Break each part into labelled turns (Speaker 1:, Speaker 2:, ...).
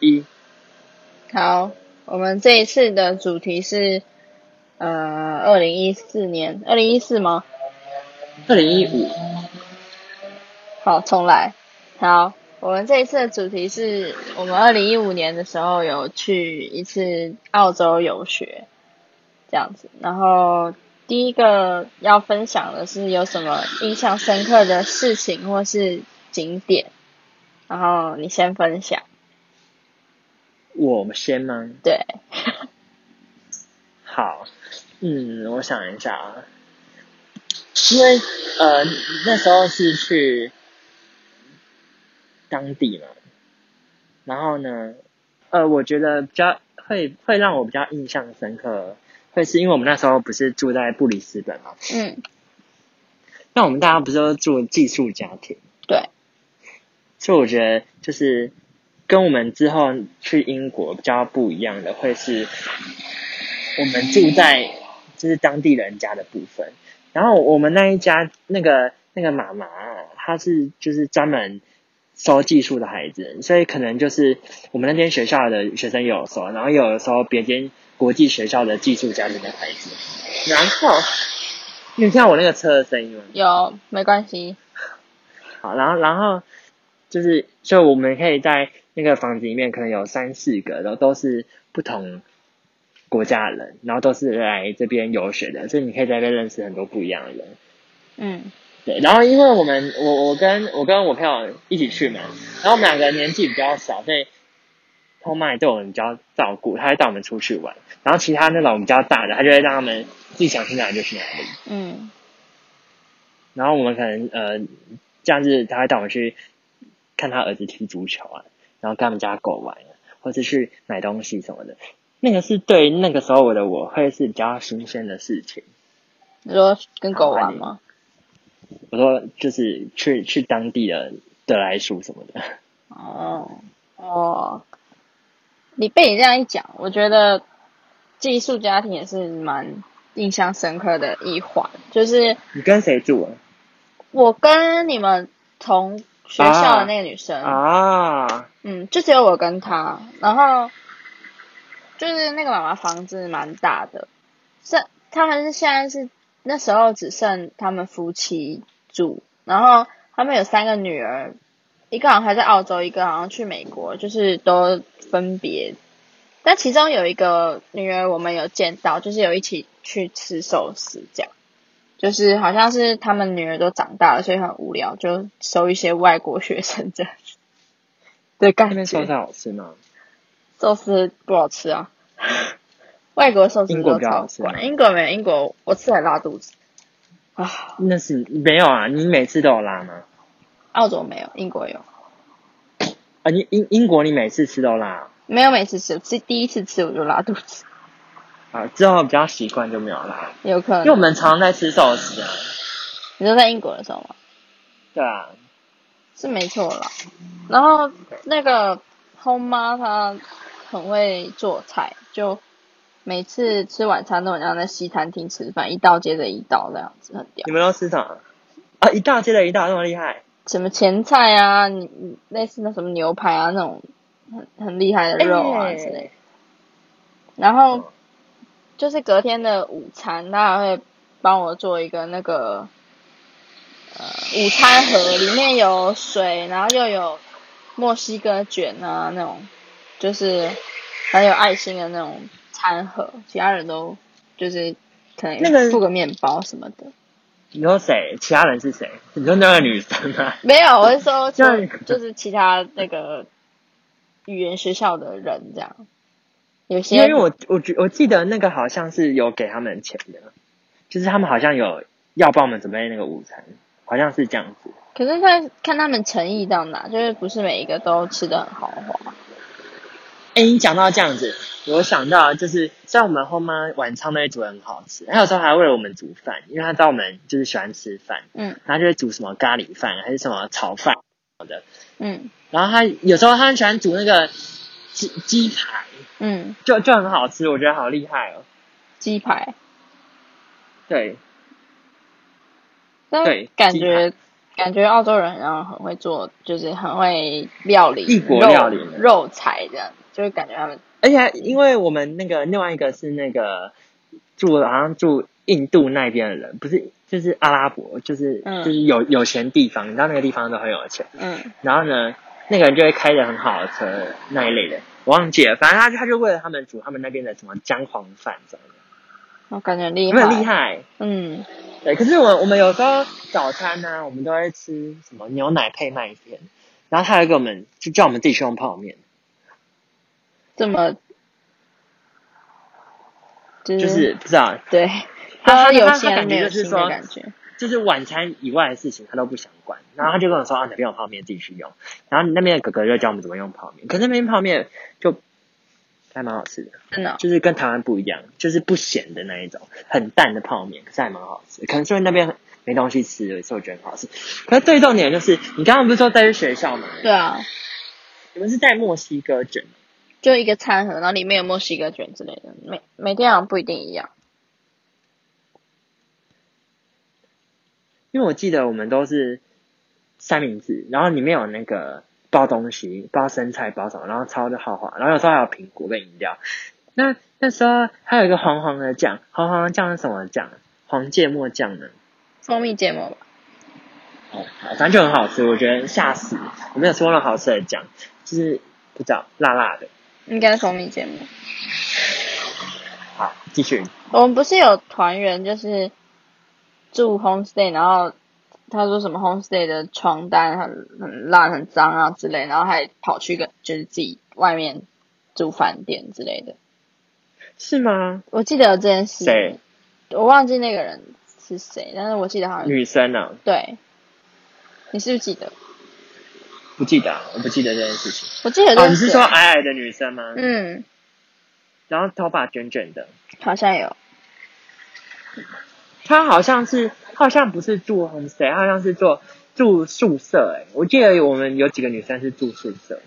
Speaker 1: 一，
Speaker 2: 好，我们这一次的主题是呃，二零一四年，二零一四吗？
Speaker 1: 二零一五，
Speaker 2: 好，重来。好，我们这一次的主题是我们二零一五年的时候有去一次澳洲游学，这样子。然后第一个要分享的是有什么印象深刻的事情或是景点，然后你先分享。
Speaker 1: 我们先吗？
Speaker 2: 对，
Speaker 1: 好，嗯，我想一下啊，因为呃那时候是去当地嘛，然后呢，呃，我觉得比较会会让我比较印象深刻，会是因为我们那时候不是住在布里斯本嘛，
Speaker 2: 嗯，
Speaker 1: 那我们大家不是都住寄宿家庭，
Speaker 2: 对，
Speaker 1: 所以我觉得就是跟我们之后去英国比较不一样的，会是我们住在就是当地人家的部分。然后我们那一家那个那个妈妈，她是就是专门收寄宿的孩子，所以可能就是我们那间学校的学生有收，然后有的时候别间国际学校的寄宿家庭的孩子。然后你有听到我那个车的声音吗？
Speaker 2: 有没关系，
Speaker 1: 好，然后然后就是，就我们可以在那个房子里面，可能有三四个，然后都是不同国家的人，然后都是来这边游学的，所以你可以在这边认识很多不一样的人。
Speaker 2: 嗯，
Speaker 1: 对，然后因为我们我我跟我跟我朋友一起去嘛，然后我们两个年纪比较小，所以后妈也对我们比较照顾，她会带我们出去玩，然后其他那种比较大的，她就会让他们自己想去哪里就去哪里。
Speaker 2: 嗯，
Speaker 1: 然后我们可能呃，这样子他会带我们去看他儿子踢足球啊，然后跟他们家狗玩、啊，或是去买东西什么的。那个是对那个时候我的我会是比较新鲜的事情。
Speaker 2: 你说跟狗玩吗？
Speaker 1: 我说就是去去当地的的来书什么的，
Speaker 2: 哦，哦，你被你这样一讲，我觉得寄宿家庭也是蛮印象深刻的一环。就是
Speaker 1: 你跟谁住啊？
Speaker 2: 我跟你们同学校的那个女生，
Speaker 1: 啊，
Speaker 2: 嗯，就只有我跟她，然后就是那个妈妈房子蛮大的，剩他们是现在是那时候只剩他们夫妻住，然后他们有三个女儿，一个好像还在澳洲，一个好像去美国，就是都分别。但其中有一个女儿我们有见到，就是有一起去吃寿司这样。就是好像是他们女儿都长大了，所以很无聊，就收一些外国学生这样子的
Speaker 1: 那
Speaker 2: 感
Speaker 1: 边
Speaker 2: 觉
Speaker 1: 寿。司好吃吗？
Speaker 2: 寿司不好吃啊，外国寿司
Speaker 1: 英国
Speaker 2: 都
Speaker 1: 比较好
Speaker 2: 超
Speaker 1: 吃啊吗
Speaker 2: 怪。英国没有，英国我吃了拉肚子啊。
Speaker 1: 那是没有啊，你每次都有拉吗？
Speaker 2: 澳洲没有，英国有，
Speaker 1: 啊，你英英国你每次吃都拉
Speaker 2: 没有每次吃，吃第一次吃我就拉肚子，
Speaker 1: 啊，之后比较习惯就没有拉，
Speaker 2: 有可
Speaker 1: 因为我
Speaker 2: 能。
Speaker 1: 们常在吃寿司啊。
Speaker 2: 你说在英国的时候吗？
Speaker 1: 对啊，
Speaker 2: 是没错啦。然后那个后妈她很会做菜，就每次吃晚餐都很像在西餐厅吃饭，一道接着一道这样子，很屌。
Speaker 1: 你们都吃什么？啊，一道接着一道，那么厉害！
Speaker 2: 什么前菜啊，你你类似那什么牛排啊那种很很厉害的肉啊
Speaker 1: 哎
Speaker 2: 之类的。然后就是隔天的午餐，他还会帮我做一个那个呃午餐盒，里面有水，然后又有墨西哥卷啊那种，就是还有爱心的那种餐盒，其他人都就是可
Speaker 1: 那个
Speaker 2: 能附个面包什么的。
Speaker 1: 你说谁？其他人是谁？你说那个女生啊？
Speaker 2: 没有，我是说
Speaker 1: 这
Speaker 2: 就
Speaker 1: 样
Speaker 2: 就是其他那个语言学校的人这样，有
Speaker 1: 因
Speaker 2: 些
Speaker 1: 为我我觉我记得那个好像是有给他们钱的，就是他们好像有要帮我们准备那个午餐，好像是这样子。
Speaker 2: 可是他看他们诚意到哪，就是不是每一个都吃的很豪华。
Speaker 1: 哎、你讲到这样子，我想到就是，虽然我们后妈晚餐都会煮得很好吃，她有时候还为了我们煮饭，因为她知道我们就是喜欢吃饭，
Speaker 2: 嗯
Speaker 1: 然后她就会煮什么咖喱饭还是什么炒饭的，
Speaker 2: 嗯
Speaker 1: 然后他有时候他很喜欢煮那个鸡鸡排，
Speaker 2: 嗯，
Speaker 1: 就就很好吃，我觉得好厉害哦。
Speaker 2: 鸡排，
Speaker 1: 对，
Speaker 2: 但
Speaker 1: 对
Speaker 2: 感
Speaker 1: 鸡
Speaker 2: 觉感觉澳洲人然后很会做，就是很会料理，
Speaker 1: 异国
Speaker 2: 肉
Speaker 1: 料理
Speaker 2: 肉菜这样，就是感觉他们
Speaker 1: 而且还因为我们那个另外一个是那个住好像住印度那边的人，不是就是阿拉伯，就是、
Speaker 2: 嗯
Speaker 1: 就是有有钱地方，你知道那个地方都很有钱。
Speaker 2: 嗯
Speaker 1: 然后呢，那个人就会开着很好的车那一类的，我忘记了，反正他就他就为了他们煮他们那边的什么姜黄饭什么的，
Speaker 2: 我感觉很厉
Speaker 1: 有没有
Speaker 2: 害，
Speaker 1: 很厉害？
Speaker 2: 嗯，
Speaker 1: 对，可是我我们有时候早餐呢、我们都会吃什么牛奶配麦片，然后他还给我们就叫我们自己去用泡面，
Speaker 2: 这么就是、
Speaker 1: 就是不知道，
Speaker 2: 对，
Speaker 1: 他
Speaker 2: 好像有
Speaker 1: 他
Speaker 2: 些
Speaker 1: 他
Speaker 2: 人
Speaker 1: 感
Speaker 2: 没
Speaker 1: 觉
Speaker 2: 有
Speaker 1: 就是
Speaker 2: 新的
Speaker 1: 说
Speaker 2: 感觉，
Speaker 1: 就是晚餐以外的事情他都不想管，然后他就跟我说啊，哪边有泡面自己去用，然后那边的哥哥就教我们怎么用泡面，可是那边泡面就还蛮好吃的，
Speaker 2: 真的哦
Speaker 1: 就是跟台湾不一样，就是不咸的那一种，很淡的泡面，可是还蛮好吃，可能是因为那边没东西吃，所以我觉得很好吃。可是最重点就是，你刚刚不是说在去学校吗？
Speaker 2: 对啊，
Speaker 1: 你们是在墨西哥卷吗
Speaker 2: 就一个餐盒，然后里面有墨西哥卷之类的，每每天好像不一定一样。
Speaker 1: 因为我记得我们都是三明治，然后里面有那个包东西，包生菜，包什么，然后超的豪华，然后有时候还有苹果跟饮料。那那时候还有一个黄黄的酱，黄黄的酱是什么酱？黄芥末酱呢？
Speaker 2: 蜂蜜芥末吧，
Speaker 1: 哦，好反正就很好吃，我觉得吓死！我没有吃过那么好吃的酱，就是不知道辣辣的。
Speaker 2: 应该是蜂蜜芥末。
Speaker 1: 好，继续。
Speaker 2: 我们不是有团员就是住 homestay，然后他说什么 homestay 的床单很很烂、很脏啊之类，然后还跑去跟就是自己外面住饭店之类的。
Speaker 1: 是吗？
Speaker 2: 我记得有这件事，
Speaker 1: 谁？
Speaker 2: 我忘记那个人是谁，但是我记得好像
Speaker 1: 女生哦呢、
Speaker 2: 对，你是不是记得？
Speaker 1: 不记得啊、我不记得这件事情。
Speaker 2: 我记得有这
Speaker 1: 哦，
Speaker 2: 件
Speaker 1: 你
Speaker 2: 事
Speaker 1: 是说矮矮的女生吗？
Speaker 2: 嗯，
Speaker 1: 然后头发卷卷的。
Speaker 2: 好像有，
Speaker 1: 他好像是，他好像不是住 homestay，他好像是住住宿舍、欸。哎，我记得我们有几个女生是住宿舍。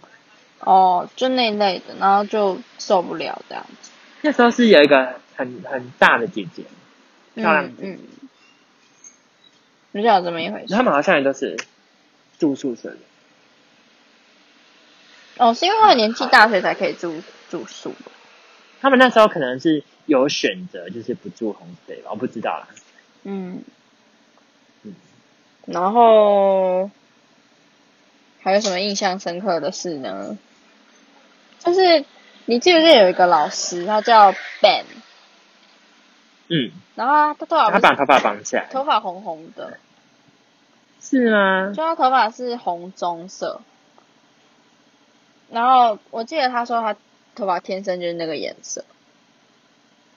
Speaker 2: 哦，就那一类的，然后就受不了这样子。
Speaker 1: 那时候是有一个很很大的姐姐，漂亮
Speaker 2: 嗯嗯，不知道有这么一回事
Speaker 1: 他。们好像也都是住宿舍的。
Speaker 2: 哦，是因为年纪大，所以才可以住住宿。
Speaker 1: 他们那时候可能是有选择，就是不住 homestay 吧，我不知道啦。
Speaker 2: 嗯
Speaker 1: 嗯，
Speaker 2: 然后还有什么印象深刻的事呢？就是你记不记得有一个老师，他叫 Ben，
Speaker 1: 嗯，
Speaker 2: 然后他他头发
Speaker 1: 他
Speaker 2: 不是
Speaker 1: 把头发绑起来，
Speaker 2: 头发红红的，
Speaker 1: 是吗？
Speaker 2: 就他头发是红棕色。然后我记得他说他头发天生就是那个颜色，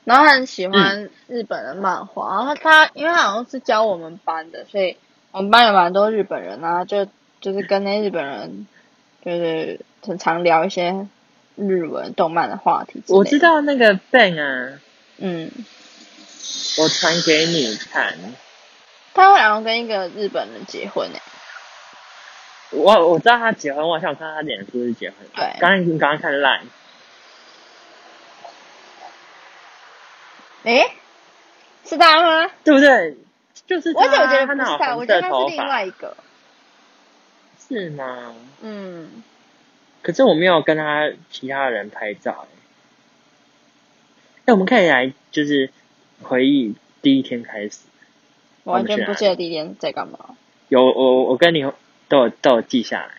Speaker 2: 然后他很喜欢
Speaker 1: 嗯
Speaker 2: 日本的漫画，然后他因为他好像是教我们班的，所以我们班有蛮多日本人啊，就就是跟那日本人就是很常聊一些日文动漫的话题之类的。
Speaker 1: 我知道那个 Ben 啊，
Speaker 2: 嗯，
Speaker 1: 我传给你看。
Speaker 2: 他会好像跟一个日本人结婚欸诶、
Speaker 1: 我我知道他结婚，我好像有看到他脸书是结婚。
Speaker 2: 对
Speaker 1: 刚才你刚刚看 Line，
Speaker 2: 诶、是他吗？
Speaker 1: 对不对？就是他
Speaker 2: 我怎么觉得不
Speaker 1: 那
Speaker 2: 是
Speaker 1: 种
Speaker 2: 他？我
Speaker 1: 红
Speaker 2: 觉
Speaker 1: 色
Speaker 2: 得他
Speaker 1: 头
Speaker 2: 是另
Speaker 1: 发
Speaker 2: 外一个。
Speaker 1: 是吗？
Speaker 2: 嗯，
Speaker 1: 可是我没有跟他其他人拍照。欸哎，我们可以来就是回忆第一天开始。
Speaker 2: 我完全不记得第一天在干嘛。
Speaker 1: 有我我跟你都有都有记下来，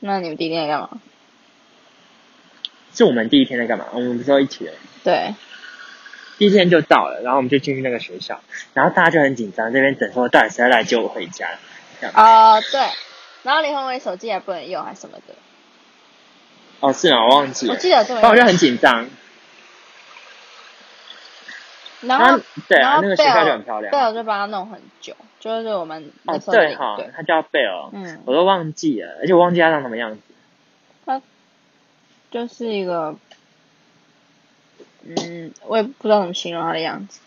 Speaker 2: 那你们第一天在干嘛？
Speaker 1: 是我们第一天在干嘛？我们不是都一起的，
Speaker 2: 对，
Speaker 1: 第一天就到了，然后我们就进去那个学校，然后大家就很紧张，这边等说到底谁要来接我回家。
Speaker 2: 啊、对。然后林宏伟手机还不能用，还什么的。
Speaker 1: 哦，是啊，我忘记
Speaker 2: 我
Speaker 1: 了，
Speaker 2: 记得有这么
Speaker 1: 然后我
Speaker 2: 一
Speaker 1: 就
Speaker 2: 回
Speaker 1: 很紧张。
Speaker 2: 事。然后
Speaker 1: 对
Speaker 2: 然
Speaker 1: 啊，
Speaker 2: 后
Speaker 1: 那个学
Speaker 2: 贝
Speaker 1: 校
Speaker 2: 尔
Speaker 1: 就很漂
Speaker 2: 贝
Speaker 1: 亮。
Speaker 2: 尔就帮他弄很久，就是我们那
Speaker 1: 哦，
Speaker 2: 时候领
Speaker 1: 对哈
Speaker 2: 队，，
Speaker 1: 他叫贝尔，
Speaker 2: 嗯，
Speaker 1: 我都忘记了，而且我忘记他长什么样子。
Speaker 2: 就是一个，嗯，我也不知道怎么形容他的样子。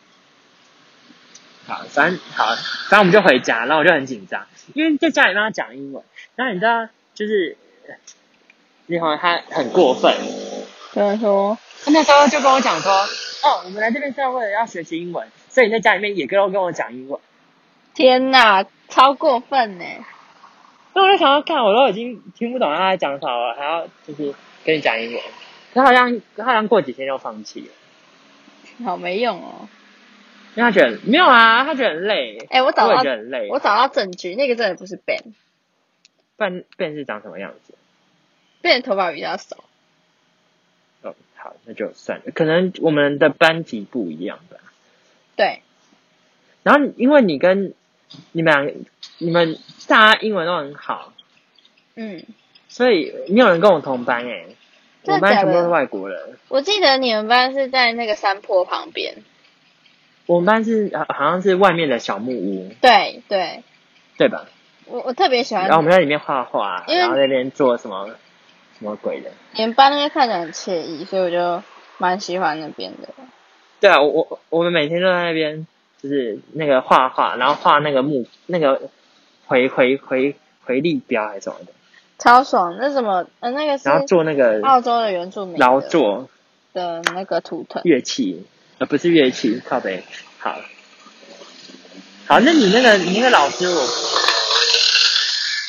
Speaker 1: 好，反正好，反正我们就回家，然后我就很紧张，因为在家里面他讲英文，然后你知道就是呃李红他很过分，
Speaker 2: 就是说，
Speaker 1: 他那时候就跟我讲说，哦，我们来这边是要为了要学习英文，所以你在家里面也跟我跟我讲英文，
Speaker 2: 天哪，超过分呢！
Speaker 1: 那我就想要看，我都已经听不懂他在讲什么了，还要就是跟你讲英文。他好像他好像过几天就放弃了，
Speaker 2: 好没用哦。
Speaker 1: 因为他觉得没有啊，他觉得很累。
Speaker 2: 哎、我找
Speaker 1: 我也
Speaker 2: 到
Speaker 1: 觉得很累。
Speaker 2: 我找到证据，那个真的不是 Ben，Ben
Speaker 1: 变变是长什么样子？
Speaker 2: 的头发比较少。
Speaker 1: 哦，好，那就算了。可能我们的班级不一样吧。
Speaker 2: 对，
Speaker 1: 然后因为你跟你们俩，你们大家英文都很好，
Speaker 2: 嗯，
Speaker 1: 所以没有人跟我同班哎、我
Speaker 2: 真的
Speaker 1: 们班
Speaker 2: 假
Speaker 1: 全部都是
Speaker 2: 的？
Speaker 1: 外国人。
Speaker 2: 我记得你们班是在那个山坡旁边。
Speaker 1: 我们班是好好像是外面的小木屋，
Speaker 2: 对对，
Speaker 1: 对吧？
Speaker 2: 我我特别喜欢
Speaker 1: 然后我们在里面画画，啊
Speaker 2: 因为
Speaker 1: 然后在那边做什么什么鬼的。
Speaker 2: 你们班那边看着很惬意，所以我就蛮喜欢那边的。
Speaker 1: 对啊，我我我们每天都在那边，就是那个画画，然后画那个木那个回回回回力标还是什么的，
Speaker 2: 超爽！那什么，呃，那个是
Speaker 1: 然后做那个
Speaker 2: 澳洲的原住民的
Speaker 1: 劳作
Speaker 2: 的那个图腾，
Speaker 1: 乐器，呃，不是乐器，靠背。好，好，那你那个你那个老师我，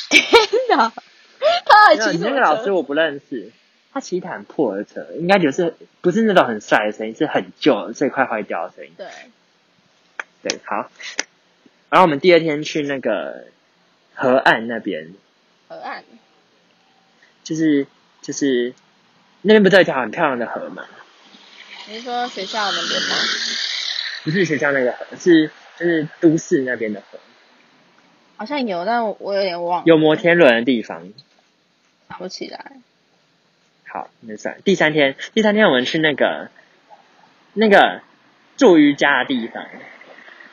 Speaker 2: 天哪！他还骑
Speaker 1: 你
Speaker 2: 什
Speaker 1: 那
Speaker 2: 么
Speaker 1: 个老师
Speaker 2: 车？
Speaker 1: 我不认识，他骑一台很破的车，应该就是不是那种很帅的声音，是很旧，所以快坏掉的声音。
Speaker 2: 对，
Speaker 1: 对，好。然后我们第二天去那个河岸那边，
Speaker 2: 河岸，
Speaker 1: 就是就是那边不是有一条很漂亮的河嘛？
Speaker 2: 你是说学校那边吗？
Speaker 1: 不是学校那个河，是就是都市那边的河，
Speaker 2: 好像有，但我我有点忘，
Speaker 1: 有摩天轮的地方。
Speaker 2: 想不起来。
Speaker 1: 好，那算。第三天，第三天我们去那个那个做瑜伽的地方，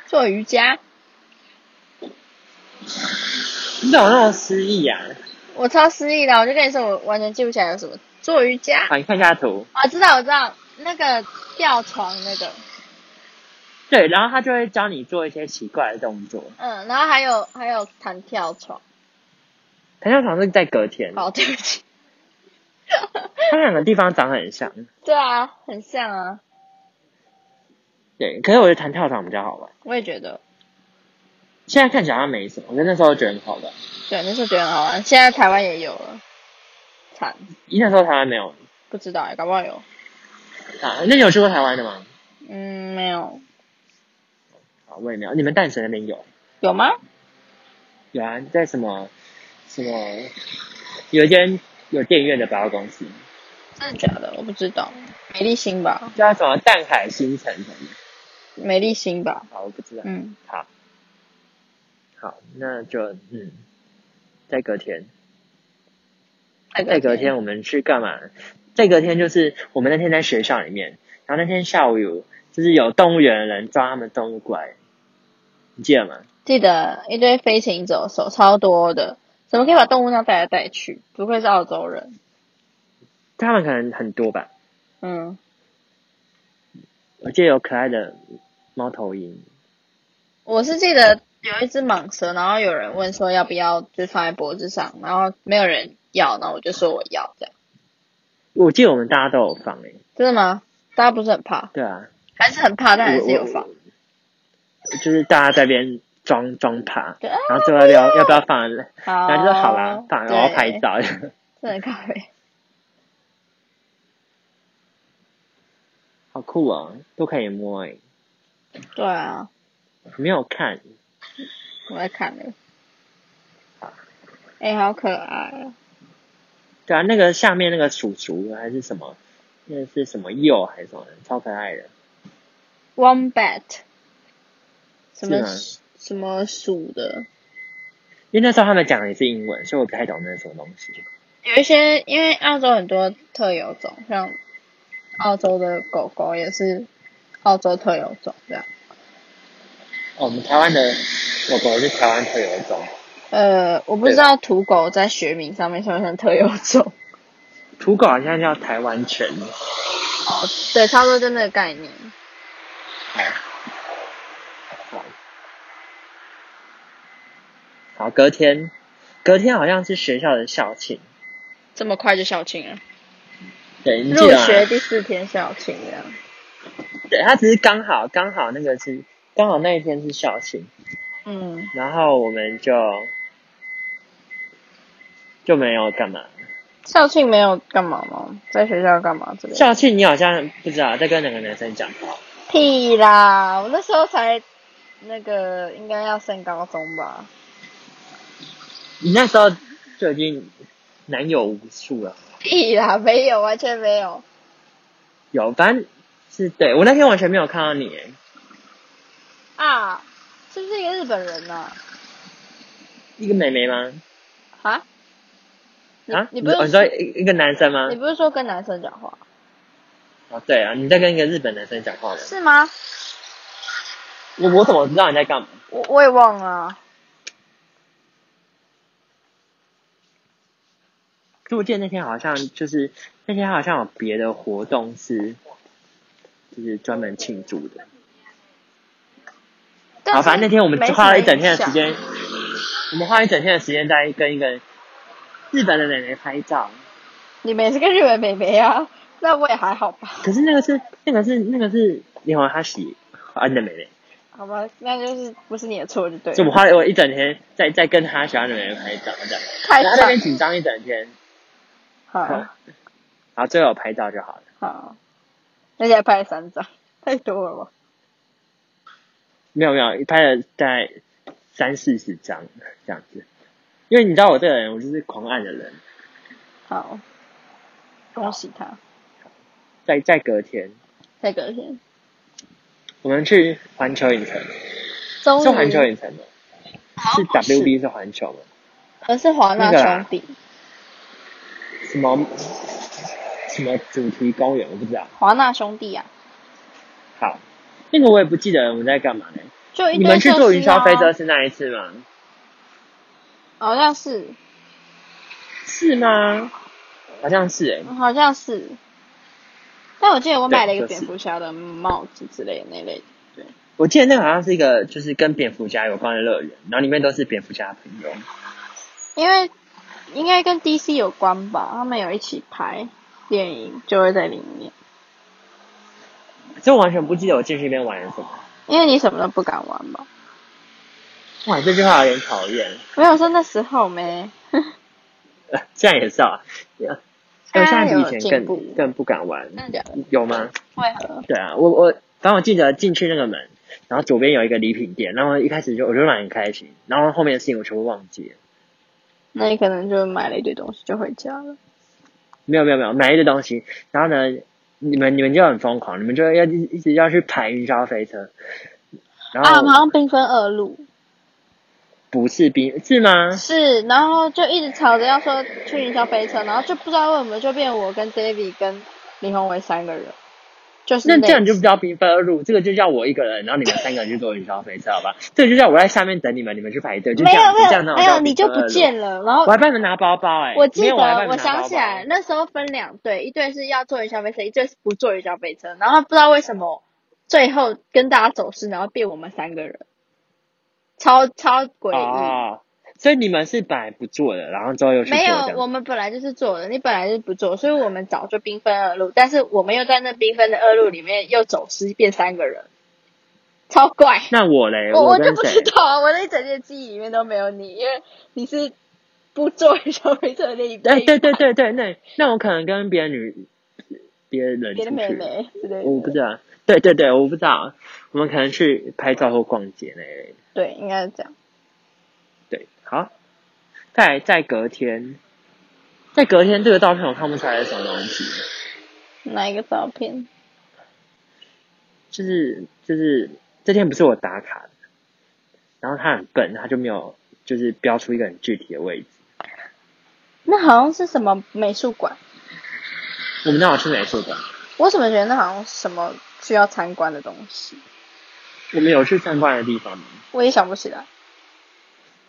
Speaker 2: 做瑜伽，
Speaker 1: 你怎么那么失忆啊？
Speaker 2: 我超失忆的，我就跟你说，我完全记不起来有什么做瑜伽。
Speaker 1: 好，你看一下图。
Speaker 2: 啊，知道我知道，那个吊床那个，
Speaker 1: 对，然后他就会教你做一些奇怪的动作。
Speaker 2: 嗯，然后还有还有弹跳床。
Speaker 1: 弹跳床是在隔天，
Speaker 2: 哦，对不起。
Speaker 1: 它两个地方长得很像。
Speaker 2: 对啊，很像啊，
Speaker 1: 对，可是我觉得弹跳床比较好玩。
Speaker 2: 我也觉得。
Speaker 1: 现在看起来好像没什么，我那时候觉得很好玩。
Speaker 2: 对，那时候觉得很好玩，现在台湾也有了，惨，
Speaker 1: 那时候台湾没有
Speaker 2: 不知道哎、搞不好有，
Speaker 1: 啊？那你有去过台湾的吗？
Speaker 2: 嗯，没有，
Speaker 1: 啊，我也没有。你们淡水那边有
Speaker 2: 有吗？
Speaker 1: 有啊，在什么什么有一间有电影院的百货公司，
Speaker 2: 真的假的？我不知道，美丽心吧，
Speaker 1: 叫什么淡海新城什么的。
Speaker 2: 美丽心吧，
Speaker 1: 好，我不知道。
Speaker 2: 嗯，
Speaker 1: 好，好，那就嗯，在隔天，在隔天我们去干嘛？在隔天就是我们那天在学校里面，然后那天下午有就是有动物园的人抓他们动物过来，你记得吗？
Speaker 2: 记得一堆飞禽走兽，超多的，怎么可以把动物这样带来带去？不愧是澳洲人，
Speaker 1: 他们可能很多吧，
Speaker 2: 嗯，
Speaker 1: 我记得有可爱的猫头鹰，
Speaker 2: 我是记得有一只蟒蛇，然后有人问说要不要，就放在脖子上，然后没有人要，然后我就说我要，这样，
Speaker 1: 我记得我们大家都有放诶、
Speaker 2: 真的吗？大家不是很怕，
Speaker 1: 对啊，
Speaker 2: 还是很怕，但还是有
Speaker 1: 我
Speaker 2: 放
Speaker 1: 我。就是大家在那边装装爬，
Speaker 2: 对啊
Speaker 1: 然后最后要不要要不要放，然
Speaker 2: 好，
Speaker 1: 后就说好啦，放，然后
Speaker 2: 哦对
Speaker 1: 拍，照。
Speaker 2: 真的咖啡，
Speaker 1: 好酷哦，都可以摸哎、
Speaker 2: 对啊，
Speaker 1: 没有看，
Speaker 2: 我在看了，哎、好可爱哦，
Speaker 1: 对啊，那个下面那个鼠鼠还是什么，那个是什么鼬还是什么的，超可爱的。
Speaker 2: wombat，什么
Speaker 1: 是
Speaker 2: 什么鼠的，
Speaker 1: 因为那时候他们讲的也是英文，所以我不太懂那是什么东西。
Speaker 2: 有一些因为澳洲很多特有种，像澳洲的狗狗也是澳洲特有种这样，
Speaker 1: 哦，我们台湾的狗狗是台湾特有的种，
Speaker 2: 呃，我不知道土狗在学名上面算不算特有种，
Speaker 1: 土狗好像叫台湾犬。
Speaker 2: 哦，对，差不多就那个概念，
Speaker 1: 好，好，隔天，隔天好像是学校的校庆，
Speaker 2: 这么快就校庆了，
Speaker 1: 对，你记
Speaker 2: 入
Speaker 1: 得吗？
Speaker 2: 学第四天校庆这样。
Speaker 1: 对，他只是刚好刚好那个是刚好那一天是校庆，
Speaker 2: 嗯，
Speaker 1: 然后我们就就没有干嘛。
Speaker 2: 校庆没有干嘛吗？在学校干嘛之类的？
Speaker 1: 校庆你好像不知道，在跟哪个男生讲话？
Speaker 2: 屁啦！我那时候才那个应该要升高中吧？
Speaker 1: 你那时候就已经男友无数了。
Speaker 2: 屁啦，没有，完全没有。
Speaker 1: 有，反正是对我那天完全没有看到你耶，
Speaker 2: 啊，是不是一个日本人呐、
Speaker 1: 一个妹妹吗？
Speaker 2: 啊？啊？你
Speaker 1: 啊，
Speaker 2: 你不是
Speaker 1: 哦你说一一个男生吗
Speaker 2: 你？不是说跟男生讲话
Speaker 1: 哦，对啊，你在跟一个日本男生讲话吗？
Speaker 2: 是吗？
Speaker 1: 我我怎么知道你在干嘛？
Speaker 2: 我我也忘了啊。
Speaker 1: 就我记得那天好像就是那天好像有别的活动是，就是专门庆祝的。
Speaker 2: 但
Speaker 1: 好，
Speaker 2: 是
Speaker 1: 反正那天我们
Speaker 2: 啊没什么
Speaker 1: 花了一整天的时
Speaker 2: 印
Speaker 1: 间，我们花了一整天的时间在跟一个日本的奶奶拍照。
Speaker 2: 象。你们也是个日本妹妹啊？ 那我也还好吧。
Speaker 1: 可是那个是那个是那个是连环哈喜安的妹妹，
Speaker 2: 好吧，那就是不是你的错就对
Speaker 1: 就我
Speaker 2: 了。
Speaker 1: 们花了我一整天在在跟她喜欢的妹妹拍照，这样，
Speaker 2: 太
Speaker 1: 然后那
Speaker 2: 帅
Speaker 1: 边。紧张一整天，
Speaker 2: 好
Speaker 1: 然后最后拍照就好了。
Speaker 2: 好，那家拍了三张，太多了吧？
Speaker 1: 没有没有，拍了大概三四十张这样子，因为你知道我这个人，我就是狂按的人，
Speaker 2: 好，恭喜他。
Speaker 1: 在在隔天。
Speaker 2: 再隔天，
Speaker 1: 我们去环球影城，
Speaker 2: 终于
Speaker 1: 是环球影城吗？是 WB 是环球吗？
Speaker 2: 可是华纳
Speaker 1: 那个啦
Speaker 2: 兄弟，
Speaker 1: 什么什么主题公园，我不知道。
Speaker 2: 华纳兄弟啊，
Speaker 1: 好，那个我也不记得我们在干嘛呢。
Speaker 2: 就一
Speaker 1: 你
Speaker 2: 堆
Speaker 1: 们去
Speaker 2: 寿
Speaker 1: 坐
Speaker 2: 司
Speaker 1: 云霄飞
Speaker 2: 啊
Speaker 1: 车是那一次吗？
Speaker 2: 好像是，
Speaker 1: 是吗？好像是哎、
Speaker 2: 好像是。但我记得我买了一个蝙
Speaker 1: 对就是
Speaker 2: 蝠侠的帽子之类的那类的，
Speaker 1: 我记得那个好像是一个就是跟蝙蝠侠有关的乐园，然后里面都是蝙蝠侠的朋友。
Speaker 2: 因为应该跟 DC 有关吧，他们有一起拍电影，就会在里面。
Speaker 1: 这我完全不记得我进去那边玩了什么。
Speaker 2: 因为你什么都不敢玩吧？
Speaker 1: 哇，这句话有点讨厌。
Speaker 2: 没有说那时候没，
Speaker 1: 呃现在也是啊，呃
Speaker 2: 大
Speaker 1: 现
Speaker 2: 家
Speaker 1: 在比以
Speaker 2: 有
Speaker 1: 前
Speaker 2: 进步
Speaker 1: 更更不敢玩，
Speaker 2: 真的假的？
Speaker 1: 有吗？
Speaker 2: 为何？
Speaker 1: 对啊，我我反正我记得进去那个门，然后左边有一个礼品店，然后一开始就我就蛮开心，然后后面的事情我全部忘记了。
Speaker 2: 那你可能就买了一堆东西就回家了。
Speaker 1: 没有没有没有，买一堆东西，然后呢，你们你们就很疯狂，你们就要一一直要去排云霄飞车，然
Speaker 2: 啊，我们好
Speaker 1: 后
Speaker 2: 像兵分二路，
Speaker 1: 不是冰是吗？
Speaker 2: 是，然后就一直吵着要说去云霄飞车，然后就不知道为什么就变我跟 David 跟林宏伟三个人，就是
Speaker 1: 那
Speaker 2: 累
Speaker 1: 这样你就不叫兵分二路，这个就叫我一个人，然后你们三个人去坐云霄飞车，好吧？这个就叫我在下面等你们，你们去排队，就这
Speaker 2: 没有
Speaker 1: 样，
Speaker 2: 没
Speaker 1: 这
Speaker 2: 有
Speaker 1: 样那我
Speaker 2: 没有，
Speaker 1: 叫
Speaker 2: 你
Speaker 1: 兵
Speaker 2: 就
Speaker 1: 分
Speaker 2: 不
Speaker 1: 二路
Speaker 2: 见了。然后
Speaker 1: 我还帮你们拿包包哎、
Speaker 2: 我记
Speaker 1: 没
Speaker 2: 得
Speaker 1: 有我还帮你们
Speaker 2: 我
Speaker 1: 拿
Speaker 2: 想
Speaker 1: 包
Speaker 2: 起
Speaker 1: 包哎
Speaker 2: 来，那时候分两队，一队是要坐云霄飞车，一队是不坐云霄飞车。然后不知道为什么最后跟大家走失，然后变我们三个人，超超诡异。
Speaker 1: 哦，所以你们是本来不做的，然后之后又去做
Speaker 2: 没
Speaker 1: 这
Speaker 2: 有，
Speaker 1: 样。
Speaker 2: 我们本来就是做的，你本来就是不做，所以我们早就兵分二路，但是我们又在那兵分的二路里面又走失，变三个人，超怪。
Speaker 1: 那哎我嘞，
Speaker 2: 我我就
Speaker 1: 跟
Speaker 2: 不知
Speaker 1: 谁？
Speaker 2: 道啊，我的一整天记忆里面都没有你，因为你是不做云霄飞车的那一
Speaker 1: 哎，
Speaker 2: 队，
Speaker 1: 对对对对，那那我可能跟别的女别的人
Speaker 2: 别的
Speaker 1: 出
Speaker 2: 妹
Speaker 1: 去，
Speaker 2: 妹之类的。
Speaker 1: 我不知道。对对对，我不知道，我们可能去拍照或逛街那类的。
Speaker 2: 对，应该是这样。
Speaker 1: 对，好，再来再隔天，在隔天这个照片我看不出来是什么东西，
Speaker 2: 哪一个照片？
Speaker 1: 就是就是这天不是我打卡的，然后他很笨，他就没有就是标出一个很具体的位置。
Speaker 2: 那好像是什么美术馆？
Speaker 1: 我们那好去美术馆。
Speaker 2: 我怎么觉得那好像是什么需要参观的东西？
Speaker 1: 我们有去参观的地方吗？
Speaker 2: 我也想不起来。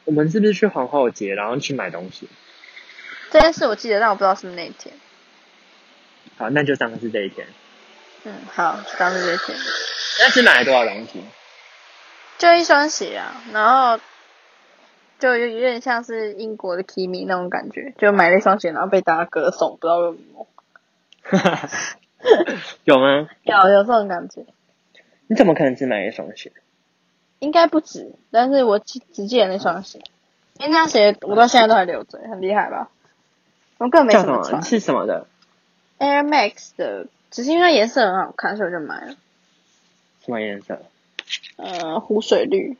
Speaker 1: 我们是不是去皇后街，然后去买东西？
Speaker 2: 这件事我记得，但我不知道是不是那一天。
Speaker 1: 好，那就当是这一天。
Speaker 2: 嗯，好，就当是这一天。
Speaker 1: 那是买了多少东西？
Speaker 2: 就一双鞋啊，然后就有有点像是英国的 Kimi 那种感觉，就买了一双鞋，然后被大家歌颂，不知道为什么。
Speaker 1: 有吗？
Speaker 2: 有有这种感觉，
Speaker 1: 你怎么可能只买一双鞋？
Speaker 2: 应该不止，但是我只只记得那双鞋，因为那双鞋我到现在都还留着，很厉害吧？我根本没
Speaker 1: 叫
Speaker 2: 什
Speaker 1: 什
Speaker 2: 么
Speaker 1: 么？
Speaker 2: 穿。
Speaker 1: 是什么的？
Speaker 2: Air Max 的，只是因为颜色很好看，所以我就买了。
Speaker 1: 什么颜色？
Speaker 2: 呃，湖水绿，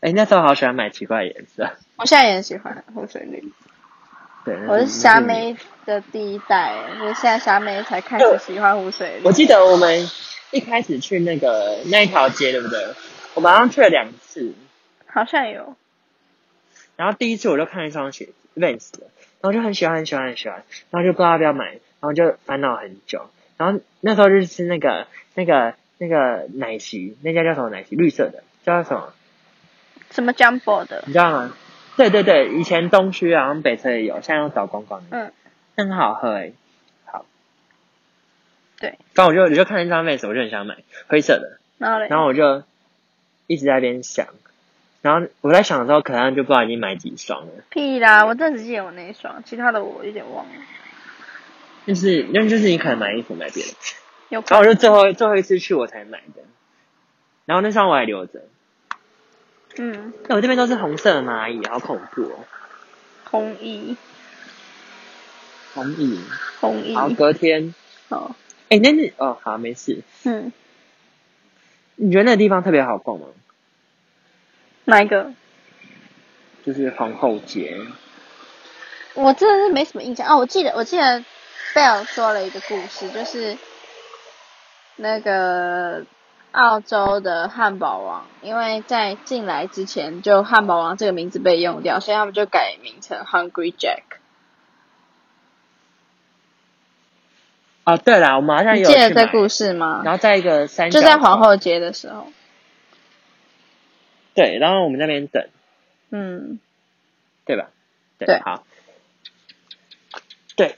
Speaker 1: 哎、那时候好喜欢买奇怪的颜色。
Speaker 2: 我现在也很喜欢湖水绿。
Speaker 1: 对，那
Speaker 2: 我是
Speaker 1: 那
Speaker 2: 虾
Speaker 1: 你
Speaker 2: 妹的第一代，就是现在虾妹才开始喜欢湖水绿
Speaker 1: 嗯我。记得我们一开始去那个那一条街，对不对？我们好像去了两次，
Speaker 2: 好像有，
Speaker 1: 然后第一次我就看了一双鞋子 Vans 的，然后就很喜欢很喜欢很喜欢，然后就不知道要不要买，然后就烦恼很久。然后那时候就是吃那个那个那个奶昔，那家叫什么奶昔？绿色的，叫什么？
Speaker 2: 什么 Jumbo 的，
Speaker 1: 你知道吗？对对对，以前东区好像北侧也有，现在都倒光光了。
Speaker 2: 嗯，
Speaker 1: 很好喝哎、好。
Speaker 2: 对。
Speaker 1: 刚我就我就看了一张 Vans，我就很想买灰色的，
Speaker 2: 然后嘞，
Speaker 1: 然后我就一直在那边想，然后我在想的时候，可能就不知道已经买几双了。
Speaker 2: 屁啦，我真的只记得我那一双，其他的我有点忘了。
Speaker 1: 就是那就是你可能买衣服买别的，
Speaker 2: 有
Speaker 1: 然
Speaker 2: 可
Speaker 1: 后我
Speaker 2: 能，
Speaker 1: 就最后最后一次去我才买的，然后那双我还留着。
Speaker 2: 嗯，
Speaker 1: 那我这边都是红色的蚂蚁，好恐怖哦！
Speaker 2: 红衣，
Speaker 1: 红蚁。
Speaker 2: 红衣，
Speaker 1: 好，隔天，
Speaker 2: 哦，
Speaker 1: 哎、那你哦好没事。
Speaker 2: 嗯，
Speaker 1: 你觉得那个地方特别好逛吗？
Speaker 2: 哪一个？
Speaker 1: 就是皇后街，
Speaker 2: 我真的是没什么印象哦。我记得，我记得贝尔说了一个故事，就是那个澳洲的汉堡王，因为在进来之前就汉堡王这个名字被用掉，所以他们就改名成 Hungry Jack。
Speaker 1: 哦，对啦，我们好像
Speaker 2: 你
Speaker 1: 有
Speaker 2: 记
Speaker 1: 去
Speaker 2: 得这
Speaker 1: 买，
Speaker 2: 故事吗？
Speaker 1: 然后在一个山
Speaker 2: 就
Speaker 1: 脚
Speaker 2: 在皇
Speaker 1: 口
Speaker 2: 后街的时候，
Speaker 1: 对，然后我们那边等，
Speaker 2: 嗯，
Speaker 1: 对吧？对，
Speaker 2: 对
Speaker 1: 好，对，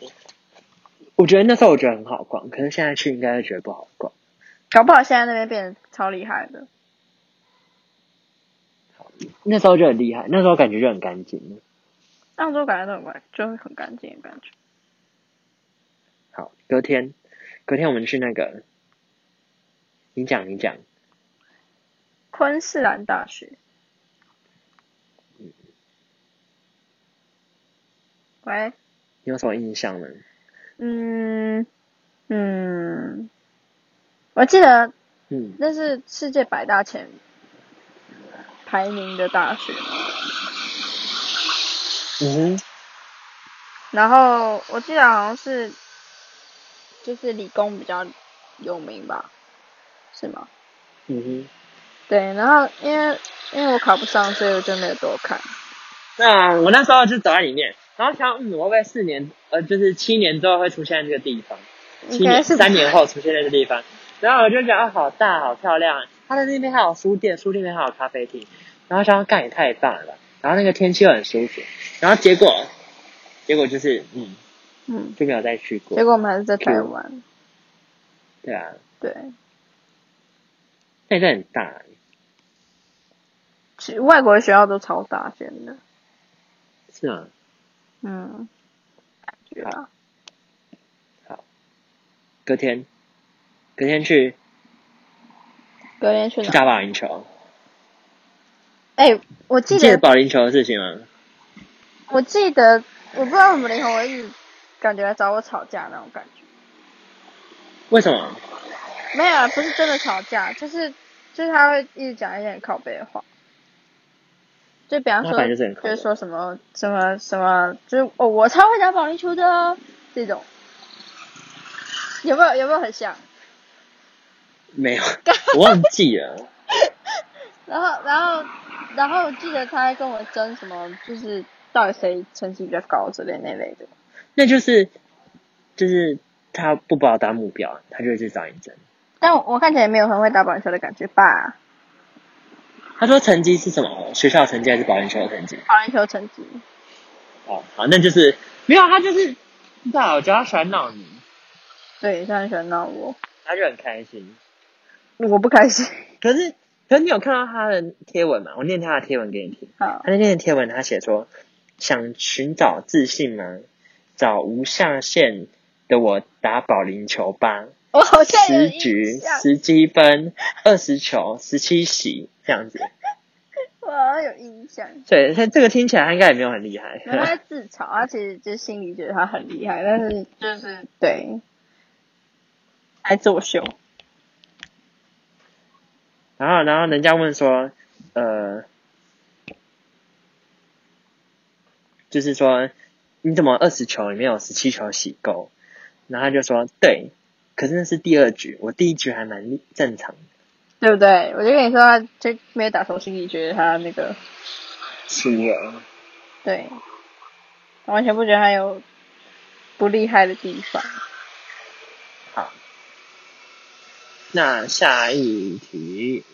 Speaker 1: 我觉得那时候我觉得很好逛，可是现在去应该会觉得不好逛。
Speaker 2: 搞不好现在那边变得超厉害的。
Speaker 1: 那时候就很厉害，那时候感觉就很干净。
Speaker 2: 澳洲感觉都很乖，就会很干净的感觉。
Speaker 1: 好，隔天，隔天我们去那个，你讲，你讲，
Speaker 2: 昆士兰大学。喂，
Speaker 1: 你有什么印象呢？
Speaker 2: 嗯嗯，我记得
Speaker 1: 嗯，
Speaker 2: 那是世界百大前排名的大学，
Speaker 1: 嗯哼，
Speaker 2: 然后我记得好像是就是理工比较有名吧，是吗？
Speaker 1: 嗯哼。
Speaker 2: 对，然后因为因为我考不上，所以我就没有多看。
Speaker 1: 那我那时候就走在里面，然后想，嗯，我会不会四年，呃，就是七年之后会出现在这个地方？
Speaker 2: 应
Speaker 1: 七
Speaker 2: 该
Speaker 1: 年
Speaker 2: 是
Speaker 1: 三年后出现在这地方，然后我就觉得啊好大好漂亮，它的那边还有书店，书店里面还有咖啡厅，然后想要干也太棒了吧，然后那个天气又很舒服，然后结果结果就是嗯
Speaker 2: 嗯，
Speaker 1: 就没有再去
Speaker 2: 结
Speaker 1: 过，
Speaker 2: 果我们还是在台
Speaker 1: 嗯
Speaker 2: 湾。
Speaker 1: 对啊，
Speaker 2: 对，
Speaker 1: 那真的很大、
Speaker 2: 其实外国的学校都超大间的，
Speaker 1: 是吗？
Speaker 2: 嗯，感觉啊，
Speaker 1: 隔天隔天去
Speaker 2: 隔天去
Speaker 1: 去
Speaker 2: 哪？
Speaker 1: 打保龄球，
Speaker 2: 哎、我记
Speaker 1: 你记得
Speaker 2: 得，
Speaker 1: 保龄球的事情吗？
Speaker 2: 我记得，我不知道为什么林宏文一直感觉来找我吵架那种感觉。
Speaker 1: 为什么？
Speaker 2: 没有，啊，不是真的吵架，就是就是他会一直讲一些很靠背的话，就比方
Speaker 1: 那
Speaker 2: 说，
Speaker 1: 反正就是很靠
Speaker 2: 就
Speaker 1: 背
Speaker 2: 是说什么什么什么，就是哦，我超会打保龄球的哦这种，有没有有没有很像？
Speaker 1: 没 有，我忘记了。
Speaker 2: 然后，然后，然后我记得他还跟我争什么，就是到底谁成绩比较高之类那类的。
Speaker 1: 那就是就是他不把我当目标，他就会去找你争。
Speaker 2: 但我我看起来没有很会打保龄球的感觉吧？
Speaker 1: 他说成绩是什么？学校成绩还是保龄球的成绩？
Speaker 2: 保龄球成绩，
Speaker 1: 哦，好，那就是没有，他就是不知道，我觉得他喜欢闹你，
Speaker 2: 对，他很喜欢闹我，
Speaker 1: 他就很开心。
Speaker 2: 我不开心。
Speaker 1: 可是，可是你有看到他的贴文吗？我念他的贴文给你听。
Speaker 2: 好，
Speaker 1: 啊他那天的贴文，他写说：“想寻找自信吗？找无下限的我打保龄球吧，
Speaker 2: 我好像有
Speaker 1: 十
Speaker 2: 印
Speaker 1: 局
Speaker 2: 象，
Speaker 1: 十积分，二十球，十七喜，这样子。
Speaker 2: 我我好像有印象。
Speaker 1: 对，他这个听起来他应该也没有很厉害。
Speaker 2: 然后他在自嘲，他其实就心里觉得他很厉害，但是就是对，还作秀。
Speaker 1: 然后，然后人家问说，呃，就是说你怎么二十球里面有十七球洗够？然后他就说对，可是那是第二局，我第一局还蛮厉正常的，
Speaker 2: 对不对？我就跟你说，他就没有打从心里觉得他那个
Speaker 1: 输了。
Speaker 2: 对，我完全不觉得他有不厉害的地方。
Speaker 1: 好，那下一题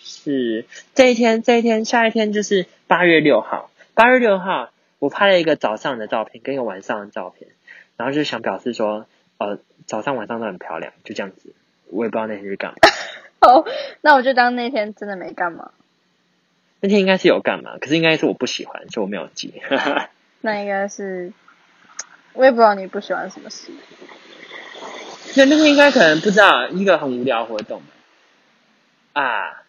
Speaker 1: 是这一天，这一天，下一天就是八月六号。八月六号，我拍了一个早上的照片跟一个晚上的照片，然后就想表示说，呃，早上晚上都很漂亮，就这样子。我也不知道那天是干嘛，
Speaker 2: 哦，那我就当那天真的没干嘛。
Speaker 1: 那天应该是有干嘛，可是应该是我不喜欢，所以我没有记。
Speaker 2: 那应该是，我也不知道你不喜欢什么事。
Speaker 1: 那那个应该可能不知道一个很无聊的活动吧啊，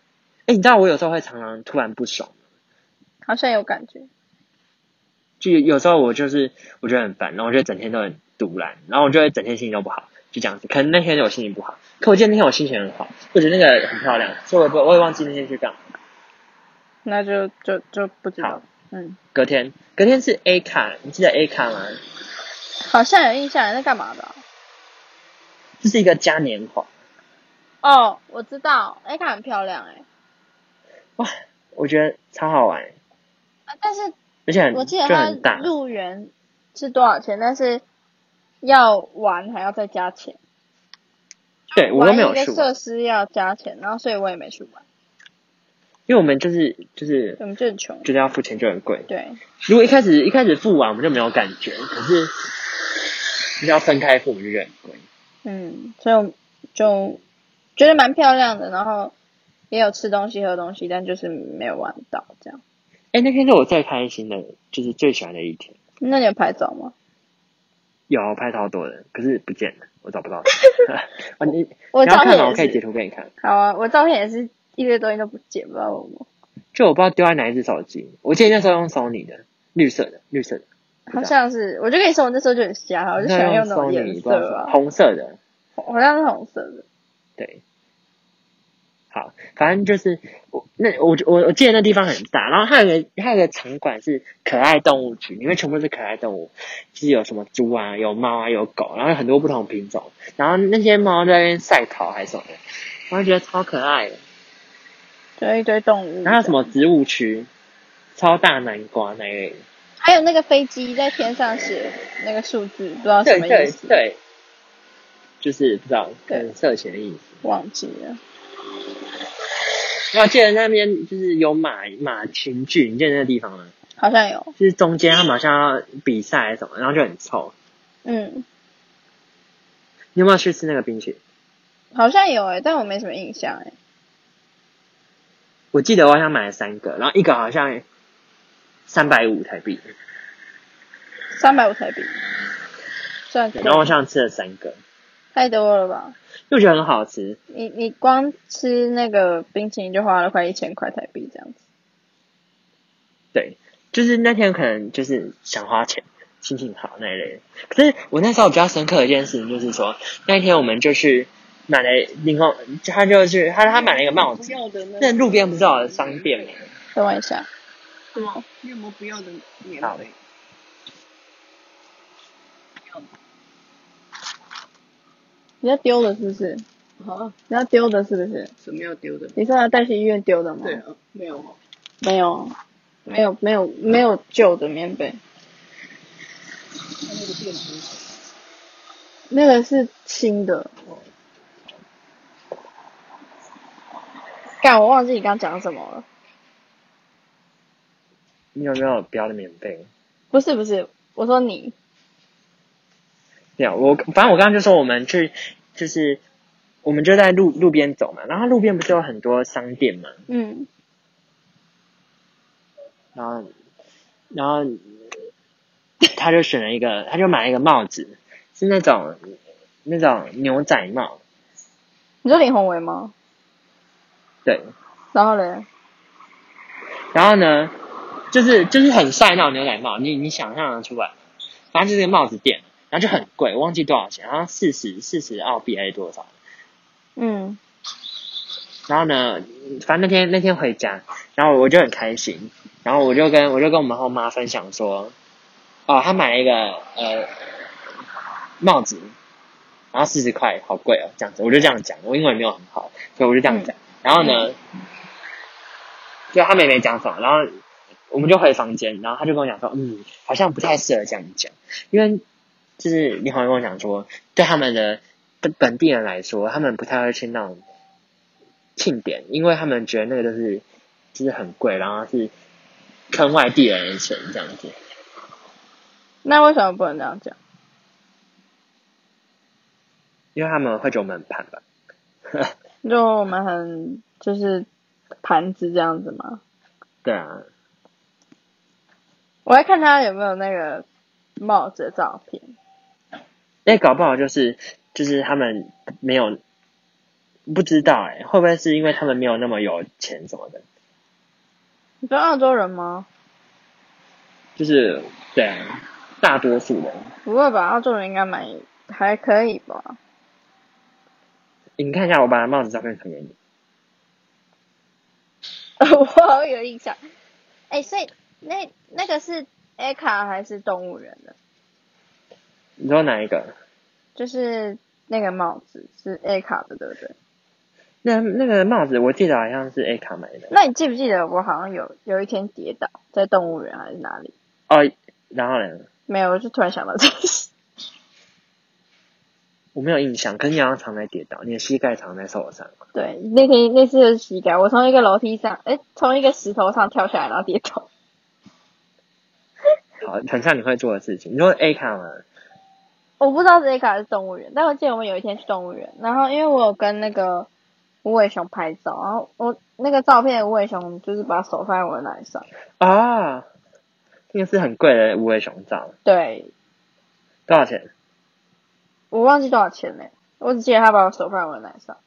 Speaker 1: 哎、你知道我有时候会常常突然不爽，
Speaker 2: 好像有感觉，
Speaker 1: 就有有时候我就是我觉得很烦，然后我就整天都很堵然，然后我就会整天心情都不好，就这样子。可能那天我心情不好，可我记得那天我心情很好，我觉得那个很漂亮，所以我也不我也忘记那天去干嘛。
Speaker 2: 那就就就不知
Speaker 1: 好
Speaker 2: 道。嗯，
Speaker 1: 隔天，隔天是 A 卡，你记得 A 卡吗？
Speaker 2: 好像有印象，那干嘛的啊、
Speaker 1: 这是一个嘉年华，
Speaker 2: 哦，我知道，哎，她很漂亮哎、
Speaker 1: 哇，我觉得超好玩，
Speaker 2: 啊，但是
Speaker 1: 而且很
Speaker 2: 我记得
Speaker 1: 就很
Speaker 2: 它
Speaker 1: 大，
Speaker 2: 入园是多少钱，但是要玩还要再加钱。
Speaker 1: 对我都没有
Speaker 2: 玩一
Speaker 1: 去
Speaker 2: 个
Speaker 1: 玩，
Speaker 2: 设施要加钱，然后所以我也没去玩，
Speaker 1: 因为我们就是就是
Speaker 2: 我们就很穷。
Speaker 1: 觉得要付钱就很贵，
Speaker 2: 对，
Speaker 1: 如果一开始一开始付完我们就没有感觉，可是要分开付我们就觉得很贵。
Speaker 2: 嗯，所以我就觉得蛮漂亮的，然后也有吃东西喝东西，但就是没有玩到这样。
Speaker 1: 哎、那天是我最开心的，就是最喜欢的一天。
Speaker 2: 那你有拍照吗？
Speaker 1: 有啊拍超多人，可是不见了， 我找不到。啊，你
Speaker 2: 我
Speaker 1: 你要
Speaker 2: 照
Speaker 1: 看吗？我
Speaker 2: 片
Speaker 1: 可以
Speaker 2: 也
Speaker 1: 截
Speaker 2: 是，
Speaker 1: 图给你看。
Speaker 2: 好啊，我照片也是一堆东西都不见，不知道为什么，
Speaker 1: 就我不知道丢在哪一只手机，我记得那时候用 Sony 的，绿色的，绿色的。
Speaker 2: 好像是，我就跟你说，我那时候就很瞎，我就喜欢
Speaker 1: 那
Speaker 2: 哦用
Speaker 1: 时
Speaker 2: 那
Speaker 1: 候
Speaker 2: 种
Speaker 1: Sony，
Speaker 2: 颜
Speaker 1: 不知道
Speaker 2: 色
Speaker 1: 什么
Speaker 2: 啊，
Speaker 1: 红色的，
Speaker 2: 好像是红色的，
Speaker 1: 对。好，反正就是我那我我我记得那地方很大，然后还有个还有个场馆是可爱动物区，里面全部都是可爱动物，就是有什么猪啊、有猫啊、有狗，然后有很多不同品种，然后那些猫在那边赛跑还是什么的，我就觉得超可爱的。
Speaker 2: 就一堆动物。
Speaker 1: 然后什？么植物区，超大南瓜那一类的。
Speaker 2: 还有那个飞机在天上写那个数字，不知哦道什
Speaker 1: 对
Speaker 2: 么
Speaker 1: 对
Speaker 2: 意思，
Speaker 1: 对，就是不知道可能涉嫌的意思。
Speaker 2: 忘记了。
Speaker 1: 然后我记得那边就是有马马群聚，你记得那个地方吗？
Speaker 2: 好像有，
Speaker 1: 就是中间他们好像要比赛还是什么，然后就很臭。
Speaker 2: 嗯，
Speaker 1: 你有没有去吃那个冰淇淋？
Speaker 2: 好像有诶、欸但我没什么印象欸诶、
Speaker 1: 我记得我好像买了三个，然后一个好像三百五台币，
Speaker 2: 三百五台币，算贵
Speaker 1: 然后我好像吃了三个，
Speaker 2: 太多了吧？
Speaker 1: 又觉得很好吃。
Speaker 2: 你你光吃那个冰淇淋就花了快一千块台币这样子，
Speaker 1: 对，就是那天可能就是想花钱，心情好那一类的。可是我那时候比较深刻的一件事情就是说，那一天我们就去买了另外，他就去他他买了一个帽子，
Speaker 3: 要的那
Speaker 1: 那路边不是有商店吗？
Speaker 2: 等我一下，
Speaker 3: 什么？你有没有不要的棉
Speaker 1: 好
Speaker 3: 被？
Speaker 2: 你要丢的是不是？
Speaker 3: 啊，
Speaker 2: 你要丢的是不是？
Speaker 3: 什么要丢的？
Speaker 2: 你是要带去医院丢的吗？
Speaker 3: 对，啊，没有哦。
Speaker 2: 没有，没有没有没有旧的棉被，
Speaker 3: 他那个店很好，
Speaker 2: 那个是新的。干，我忘记你刚讲什么了。
Speaker 1: 你有没有不要的棉被？
Speaker 2: 不是不是，我说你，
Speaker 1: 没有，我反正我刚刚就说我们去，就是我们就在路路边走嘛，然后路边不是有很多商店嘛，
Speaker 2: 嗯，
Speaker 1: 然后然后他就选了一个，他就买了一个帽子，是那种那种牛仔帽，
Speaker 2: 你说林宏伟吗？
Speaker 1: 对，
Speaker 2: 然后嘞，
Speaker 1: 然后呢，就是就是很晒那种牛仔帽，你你想象得出来，反正就是个帽子店，然后就很贵，忘记多少钱，然后四十四十澳币还是多少，
Speaker 2: 嗯，
Speaker 1: 然后呢，反正那天那天回家，然后我就很开心，然后我就跟我就跟我们后妈分享说，哦，她买了一个呃帽子，然后四十块，好贵哦，这样子，我就这样讲，我英文没有很好，所以我就这样讲，然后呢，就她妹妹讲什么，然后我们就回房间，然后她就跟我讲说，嗯，好像不太适合这样讲，因为就是你好像跟我讲说，对他们的本本地人来说，他们不太会去那种。庆典，因为他们觉得那个就是就是很贵，然后是坑外地人的钱这样子。
Speaker 2: 那为什么不能这样讲？
Speaker 1: 因为他们会觉得我们很胖吧？
Speaker 2: 就我们很就是盘子这样子吗？
Speaker 1: 对啊，
Speaker 2: 我要看他有没有那个帽子的照片。
Speaker 1: 哎，搞不好就是就是他们没有不知道哎、会不会是因为他们没有那么有钱什么的？
Speaker 2: 你知道澳洲人吗？
Speaker 1: 就是对啊，大多数人。
Speaker 2: 不会吧，澳洲人应该蛮还可以吧？
Speaker 1: 你看一下，我把帽子照片传给你。
Speaker 2: 我好有印象。哎、所以那那个是 A 卡还是动物人的？
Speaker 1: 你说哪一个？
Speaker 2: 就是那个帽子是 A 卡的，对不对？
Speaker 1: 那那个帽子我记得好像是 A 卡买的
Speaker 2: 那你记不记得我好像有有一天跌倒在动物园还是哪里？
Speaker 1: 哦，然后呢？
Speaker 2: 没有，我就突然想到这件事。
Speaker 1: 我没有印象，可是你好像常在跌倒，你的膝盖常在受伤。
Speaker 2: 对，那天那次的膝盖，我从一个楼梯上，哎、从一个石头上跳下来，然后跌倒。
Speaker 1: 好，很像你会做的事情。你说 A 卡吗？
Speaker 2: 我不知道这一卡是动物园，但我记得我们有一天去动物园，然后因为我有跟那个无尾熊拍照，然后我那个照片的无尾熊就是把手放在我的奶上，
Speaker 1: 啊，那个是很贵的无尾熊照，
Speaker 2: 对
Speaker 1: 多少钱？
Speaker 2: 我忘记多少钱嘞、我只记得他把我手放在我的奶上，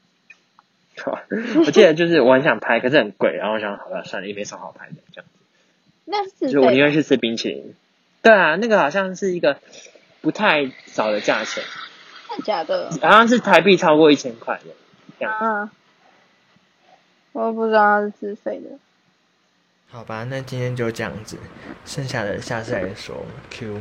Speaker 1: 我记得就是我很想拍，可是很贵，然后我想好了算了，也没什么好拍的，这样。
Speaker 2: 那是
Speaker 1: 就是我宁
Speaker 2: 对
Speaker 1: 愿去吃冰淇淋。对啊，那个好像是一个不太少的价钱，
Speaker 2: 真的假的
Speaker 1: 好像是台币超过一千块的。这样
Speaker 2: 啊？我不知道他是自费的，
Speaker 4: 好吧，那今天就这样子，剩下的下次再说。Q。